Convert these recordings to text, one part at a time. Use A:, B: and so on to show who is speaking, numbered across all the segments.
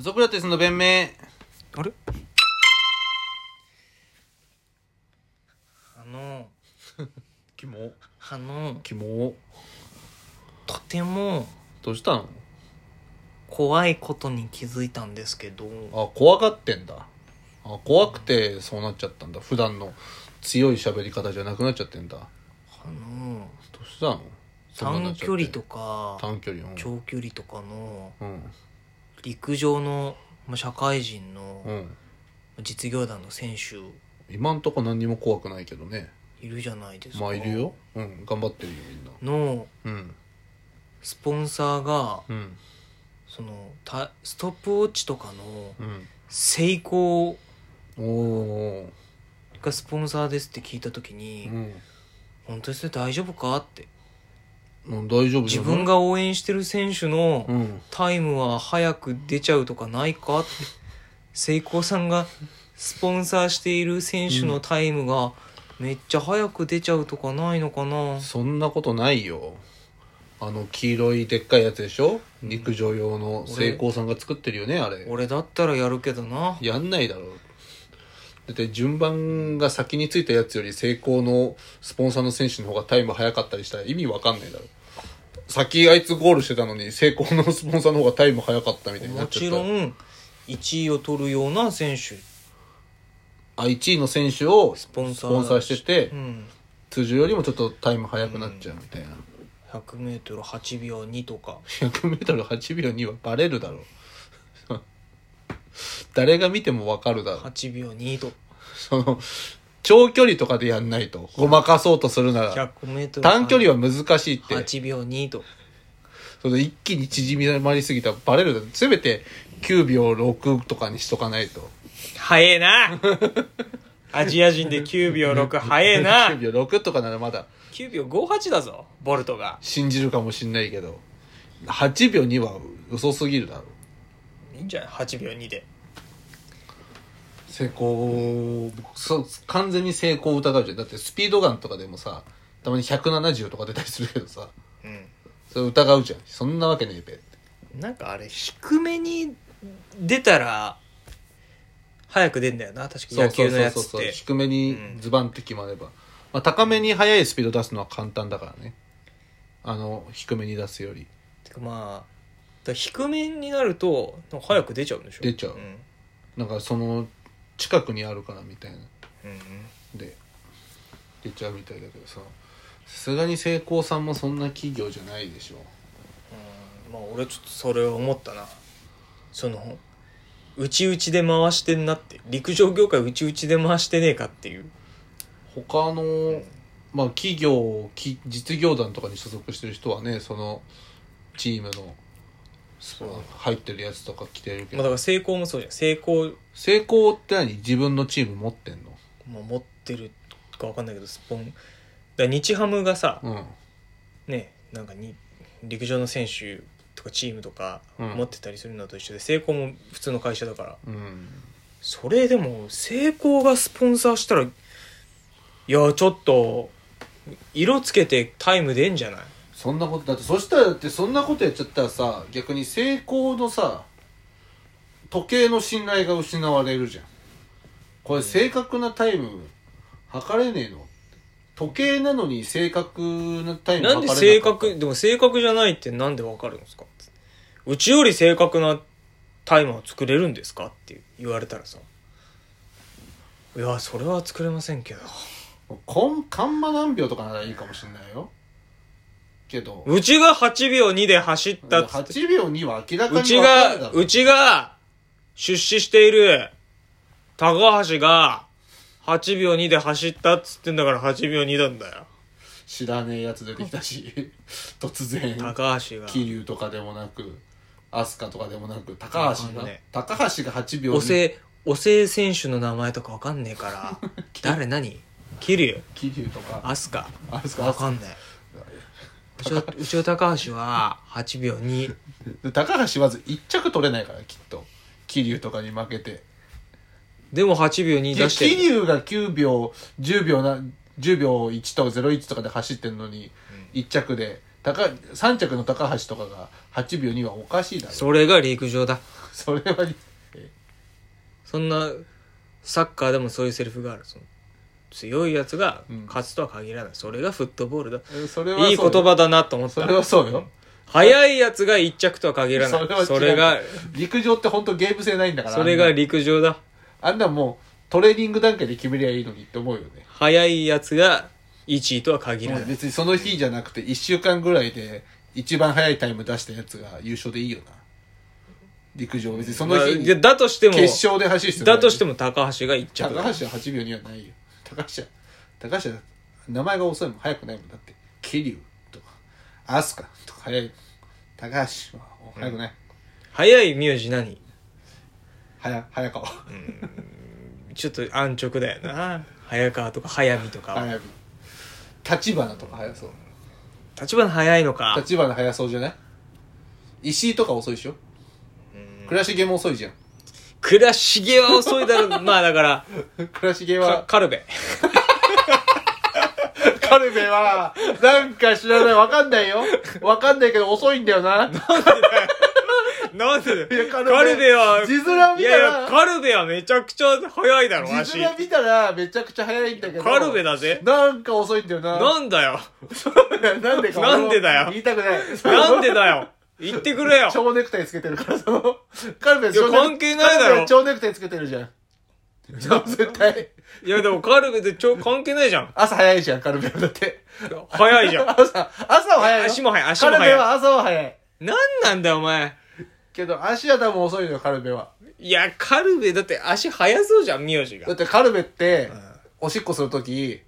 A: ソクラテスの弁明
B: あれ
C: あの
A: キモ
C: あの
A: キモ
C: とても
A: どうしたの
C: 怖いことに気づいたんですけど
A: あ怖がってんだあ怖くてそうなっちゃったんだ普段の強い喋り方じゃなくなっちゃってんだど
C: あの
A: うしたのそんなになっ
C: 短
A: ちゃって
C: 距離とか
A: 短距離うん
C: 長距離とかの
A: うん
C: 陸上のまあ社会人
A: う
C: の
A: ん
C: 実業団の選手
A: 今んとこ何にも怖くないけどね
C: いるじゃないですか
A: まあいるようん頑張ってるよみんな
C: の
A: うん
C: スポンサーが
A: うん
C: そのたストップウォッチとかの
A: うん
C: 成功
A: おお
C: がスポンサーですって聞いた時
A: ー
C: に
A: うん
C: 本当にそれ大丈夫かって
A: うん大丈夫じ
C: 自
A: ゃない
C: 分が応援してる選手の
A: うん
C: タイムは早く出ちゃうとかないかってセイコーさんがスポンサーしている選手のタイムがめっちゃ早く出ちゃうとかないのかな
A: そんなことないよあの黄色いでっかいやつでしょ陸上用の成功さんが作ってるよねあれ
C: 俺だったらやるけどな
A: やんないだろうだって順番が先についたやつより成功のスポンサーの選手の方がタイム早かったりしたら意味わかんないだろ先あいつゴールしてたのに成功のスポンサーの方がタイム早かったみたいにな
C: も
A: っち
C: ち
A: ゃった
C: ろ
A: ら
C: ん1位を取るような選手
A: あ1位の選手をス
C: ス
A: ポ
C: ポ
A: ン
C: ン
A: サ
C: サ
A: ー
C: ー
A: してて、
C: うん
A: 通常よりもちょっとタイム早くなっちゃうみたいな、
C: 100m8 秒2とか
A: 100m8 秒2はバレるだろう 誰が見てもわかるだろう
C: 8秒2と
A: その長距離とかでやんないとごまかそうとするなら
C: 100m
A: 短距離は難しいって、
C: 8秒2と
A: その一気に縮まりすぎたらバレるだろ。せめて9秒6とかにしとかないと。
C: 早 えなアジア人で9秒6早えな
A: 9秒6とかならまだ
C: 9秒58だぞボルトが
A: 信じるかもしんないけど、8秒2は嘘すぎるだろ。
C: いいんじゃない8秒2で
A: 成功、そう、完全に成功を疑うじゃん。だってスピードガンとかでもさ、たまに170とか出たりするけどさ、
C: う
A: それ疑うじゃん。そんなわけねえべって。
C: んなんかあれ低めに出たら早く出んだよな確か野球のやつって
A: 低めにズバンって決まれば、まあ、高めに速いスピード出すのは簡単だからねあの低めに出すより
C: てかまあだから低めになるとなんか早く出ちゃうんでしょ
A: 出ちゃうんなんかその近くにあるからみたいな
C: うんうん
A: で出ちゃうみたいだけどささすがに成功さんもそんな企業じゃないでしょ
C: うんまあ俺ちょっとそれを思ったなその内々で回してんなって陸上業界内々で回してねえかっていう
A: 他の、まあ、企業き実業団とかに所属してる人はねそのチームの
C: そう
A: 入ってるやつとか着てるけ
C: まあだか
A: ど
C: ら成功もそうじゃん成功
A: 成功って何自分のチーム持ってんの
C: も持ってるか分かんないけどスポンだから日ハムがさ、
A: うん
C: ねなんかに陸上の選手とかチームとか
A: うん
C: 持ってたりするのと一緒で、成功も普通の会社だから
A: うん
C: それでも成功がスポンサーしたらいやちょっと色つけてタイム出んじゃない
A: そんなことだってそしたらだってそんなことやっちゃったらさ逆に成功のさ時計の信頼が失われるじゃんこれ正確なタイム測れねえの時計なのに正確なタイム
C: なん
A: 測れ
C: で
A: なかった
C: 正確でも正確じゃないってなんでわかるんですかうちより正確なタイマーを作れるんですかって言われたらさいやそれは作れませんけど
A: コンカンマ何秒とかならいいかもしんないよけど
C: うちが8秒2で走ったっつって。
A: 8秒には明らかに
C: うち
A: 分かるだ
C: が、
A: ろ
C: うちが、出資している、高橋が、8秒2で走ったっつってんだから8秒2なんだよ。
A: 知らねえやつ出てきたし 突然
C: 高橋が。
A: 桐生とかでもなく飛鳥とかでもなく高橋
C: わか
A: が、
C: んねえ
A: 高橋が8秒
C: お
A: に
C: せ、おせ選手の名前とかわかんねえ から。誰何桐生
A: 桐生とか
C: アスカ
A: 飛鳥
C: わかんねえ。うちの、うちの高橋は8秒2。
A: で高橋まず1着取れないからきっと桐生とかに負けて
C: でも8秒2
A: い
C: 出
A: や
C: して
A: 桐
C: る。
A: 生が9秒10秒な10秒1と01とかで走ってんのに1着で高3着の高橋とかが8秒2はおかしいだろ
C: それが陸上だ
A: それは
C: そんなサッカーでもそういうセリフがあるその強いやつが勝つとは限らない、それがフットボールだ
A: えそれはそう
C: いい言葉だなと思っ
A: そ
C: た
A: れはそうよ
C: 速いやつが一着とは限らな
A: それは違
C: いうそれが
A: 陸上って本当ゲーム性ないんだから
C: それ
A: あ
C: が
A: んな
C: 陸上だ
A: あんなもうトレーニング段階で決めりゃいいのにって思うよね
C: 速いやつが1位とは限らない、
A: 別にその日じゃなくて1週間ぐらいで一番早いタイム出したやつが優勝でいいよな陸上別にその日
C: まあ
A: に
C: で
A: 決
C: だとしても
A: 勝で走る必要ない
C: だとしても高橋が1
A: 高橋
C: 着だ
A: は8秒にはないよ高橋は高橋は名前が遅いもん早くないもんだって桐生とか飛鳥とか早い高橋は早くない、
C: 速い名字何
A: 早早川
C: ちょっと安直だよな早川とか速見とか
A: 早立花とか早そう
C: 立花速いのか
A: 立花早そうじゃない石井とか遅いでしょ倉重も遅いじゃん
C: 倉重は遅いだろまあだから
A: 倉重
C: か
A: は
C: カルベ
A: カルベは、なんか知らない。わかんないよ。わかんないけど遅いんだよ な。
C: なんでだよ
A: カ
C: カ
A: ル
C: ル
A: ベ
C: ベは
A: 字面
C: い
A: 見た
C: やいや
A: ら、
C: カルベはめちゃくちゃ速いだろ
A: 字
C: 足
A: 面見たらめちゃくちゃ早いんだけど。
C: カルベだぜ
A: なんか遅いんだよな。
C: なんだよ
A: なんでか
C: なんでだよ
A: 俺も言いたくない。
C: なんでだよ言ってくれよ
A: 蝶ネクタイつけてるから、その、カルベ
C: いや関係ないだろ
A: カルベ蝶ネクタイつけてるじゃん。絶対。
C: いやでもカルベってちょ関係ないじゃん
A: 朝早いじゃん、カルベは。だって。
C: 速いじゃん
A: 朝、朝は早いよ。
C: 足も速い足も
A: カルベ
C: 速い
A: は朝は早い。
C: 何なんだよお前
A: けど、足は多分遅いのよ、カルベは。
C: いやカルベだって足速そうじゃん名字
A: だっ
C: が
A: てカルベって、おしっこするとき、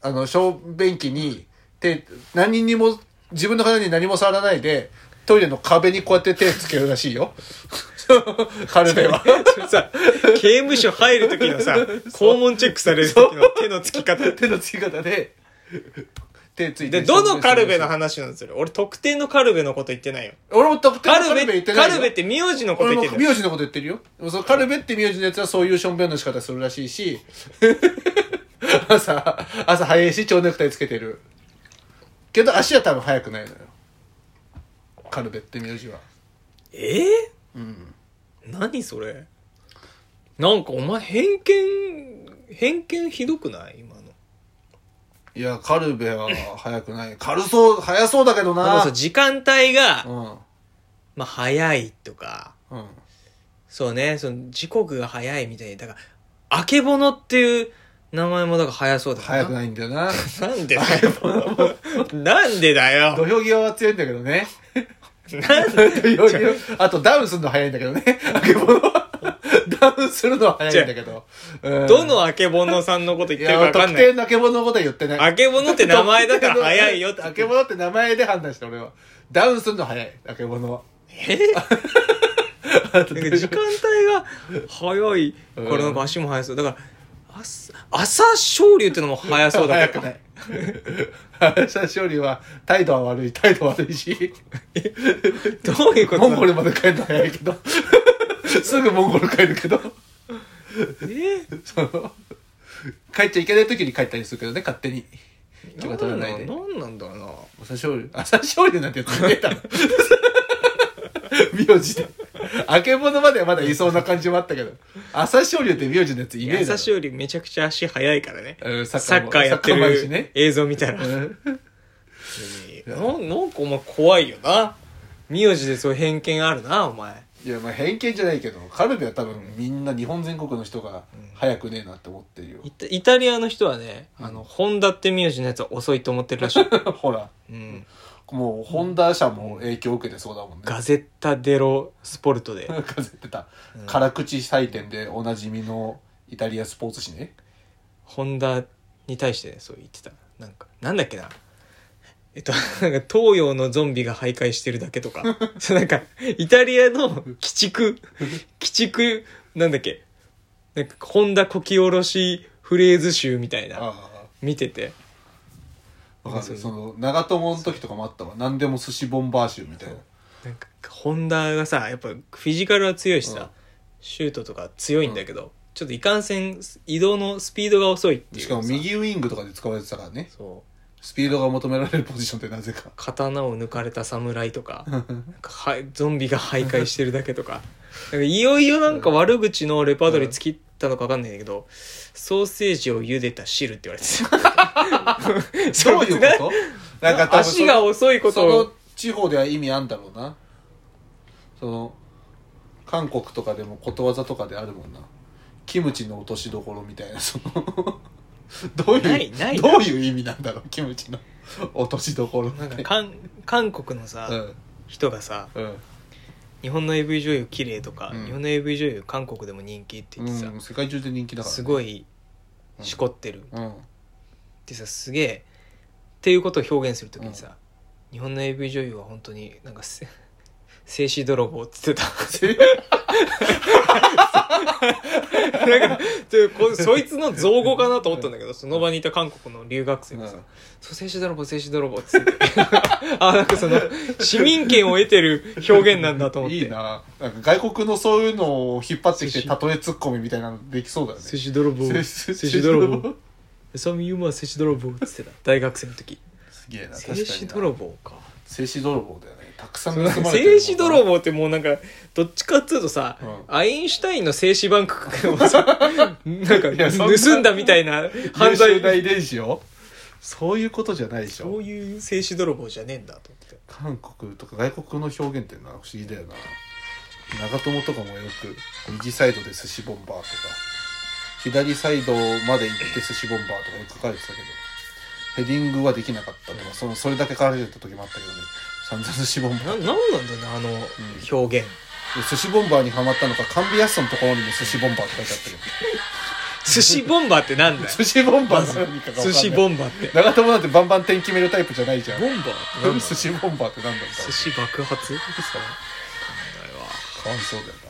A: あの、小便器に、手、何にも、自分の体に何も触らないで、トイレの壁にこうやって手つけるらしいよ。 カルベは。
C: さ刑務所入る時のさ肛門チェックされる時の手のつき方
A: 手のつき方で、手ついて
C: で、どのカルベの話なんですよ。俺、特定のカルベのこと言ってないよ。
A: 俺も特定
C: カ
A: のカル
C: ル
A: ベ言
C: ベ、
A: ってない
C: カ
A: よ。
C: ルベって名字のこと
A: 俺
C: 言っ
A: も
C: てる。
A: 名字のこと言ってるよ。でもそのカルベって名字のやつはそういうしょんべんの仕方するらしいし、 朝、朝早いし、蝶ネクタイつけてる。けど足は多分速くないのよ。カルベって名字は。
C: えー、うん。何それなんかお前偏見、偏見ひどくない今の。
A: いや、カルベは速くない。軽そう、速そうだけど
C: でも
A: な。
C: さ、時間帯が、
A: う
C: まあ、早いとか、
A: ん。うん。
C: そうね、その時刻が早いみたいに、だから、あけぼのっていう名前もだから早そうだ
A: 速く
C: な。
A: ないんだよな。
C: なんでだよ。 なんでだよ。
A: 土俵際は強いんだけどね。
C: なん
A: 土俵際。あとダウンするの早いんだけどね。あけぼのは。ダウンするのは早いんだけど。うん
C: どのあけぼのさんのこと言っ
A: い
C: てるか
A: や、
C: わかん
A: 特
C: ない
A: 定。のあけぼのことは言ってない。
C: あけぼのって名前だから早いよって。
A: あけぼのって名前で判断して俺は。ダウンするの早い、あけぼのは。
C: えなんか時間帯が早いからなんか足も速そう。だから、朝、朝昇竜ってのも速そうだ
A: 早
C: け
A: く
C: ど
A: な。い。林田勝利は態度は悪い、態度悪いし、
C: どういうこ
A: モ
C: と
A: ン
C: だ
A: ゴルまで帰るの早いけど、すぐモンゴル帰るけど、
C: え
A: その 帰っちゃいけない時に帰ったりするけどね、勝手に。気が
C: 何
A: 取
C: な
A: ら
C: ん
A: ないで。
C: なんなんだろうな。
A: 朝青龍朝青龍なんてやつ出たの 名字であけぼのまではまだいそうな感じもあったけど朝青龍って名字のやついねえだ
C: 朝
A: ろ
C: 昇竜めちゃくちゃ足速いからね。
A: うんサ
C: サ
A: ッカー
C: ッ
A: も
C: カーやって
A: サッカーもあるしね
C: る映像見たら。な
A: うん
C: なんかお前怖いよな。名字でそういう偏見あるな、お前。
A: いやまあ偏見じゃないけどカルビは多分みんな日本全国の人が早くねえなって思ってるよ
C: イタイタリアの人はね、あの、本田って名字のやつは遅いと思ってるら しい。
A: ほら
C: うん。
A: もうホンダ社も影響を受けてそうだもんね
C: ガゼッタ・デロ・スポルトで。
A: 風ってた辛口採点でおなじみのイタリアスポーツ紙ね
C: ホンダに対してねそう言ってたなんかなんだっけなえっと なんか東洋のゾンビが徘徊してるだけとか そうなんかイタリアの鬼畜 鬼畜なんだっけなんかホンダこき下ろしフレーズ集みたいな
A: あ
C: 見てて
A: あわかるその長友の時とかもあったわ何でも寿司ボンバー集みたいな
C: なんかホンダがさやっぱフィジカルは強いしさ、
A: うん
C: シュートとか強いんだけど、ちょっといかんせん移動のスピードが遅いっていう
A: しかも
C: さ
A: 右ウイングとかで使われてたからね
C: そう
A: スピードが求められるポジションってなぜ か
C: 刀を抜かれた侍と かなんかはいゾンビが徘徊してるだけとか なんかいよいよなんか悪口のレパートリー尽きたのか分かんないけど、ソーセージを茹でた汁って言われてた
A: どういうこと
C: な
A: なんか多分そ
C: 足が遅いこ
A: そ
C: と
A: の
C: を
A: 地方では意味あんだろうなその韓国とかでもことわざとかであるもんなキムチの落としどころみたいなその どういう
C: ないないな
A: どういう意味なんだろうキムチの落としどころみた
C: ないん
A: な
C: か韓韓国のさ、
A: うん
C: 人がさ
A: うん
C: 日本の AV 女優綺麗とか、
A: うん
C: 日本の AV 女優韓国でも人気って言ってさ、
A: うん、世界中で人気だから
C: すごいしこってるっ
A: うん
C: てさすげえっていうことを表現するときにさ、日本の AV 女優は本当になんかせ 静止泥棒って言ってた なんかでこそいつの造語かなと思ったんだけどその場にいた韓国の留学生がさ
A: うん
C: 「そう静止泥棒静止泥棒」っつって あなんかその市民権を得てる表現なんだと思って
A: いいななんか外国のそういうのを引っ張ってきて
C: 寿
A: 例
C: 司
A: えツッコミみたいなのできそうだよね
C: 寿司泥棒
A: 寿
C: 寿
A: 司
C: 司泥棒サミユーマは寿司泥棒っつってた大学生の時
A: すげえな
C: 静止泥
A: 棒
C: 棒か
A: 静止泥棒だよねたくさん
C: 静
A: 盗まれてる
C: 止泥棒ってもうなんかどっちかっつうとさ、
A: う
C: アインシュタインの静止バンクをさなんか
A: いやそんな
C: 盗んだみたいな
A: 犯
C: 犯
A: 罪
C: 罪
A: 大遺伝子よそういうことじゃないでし
C: そ
A: ょ
C: ういう静止泥棒じゃねえんだと思って
A: 韓国とか外国の表現ってのは不思議だよな長友とかもよく右サイドで寿司ボンバーとか左サイドまで行って寿司ボンバーとかよく書かれてたけどヘディングはできなかったとかそのそれだけ書かれてた時もあったけどね散々寿司ボンバー
C: ななんなんだろうねあの表現、
A: で寿司ボンバーにはまったのかカンビヤスのところにも寿司ボンバーって書いてあったけ
C: 寿司ボンバーってなん だよ
A: ど寿司ボンバーの何かが分かんな
C: 寿
A: い
C: 司ボンバーって
A: 長友なんてバンバン点決めるタイプじゃないじゃん
C: ボンバーって なんだろう
A: 寿司ボンバーってなんだろう
C: 寿司爆発
A: ですかね
C: あれは
A: かわいそうだよね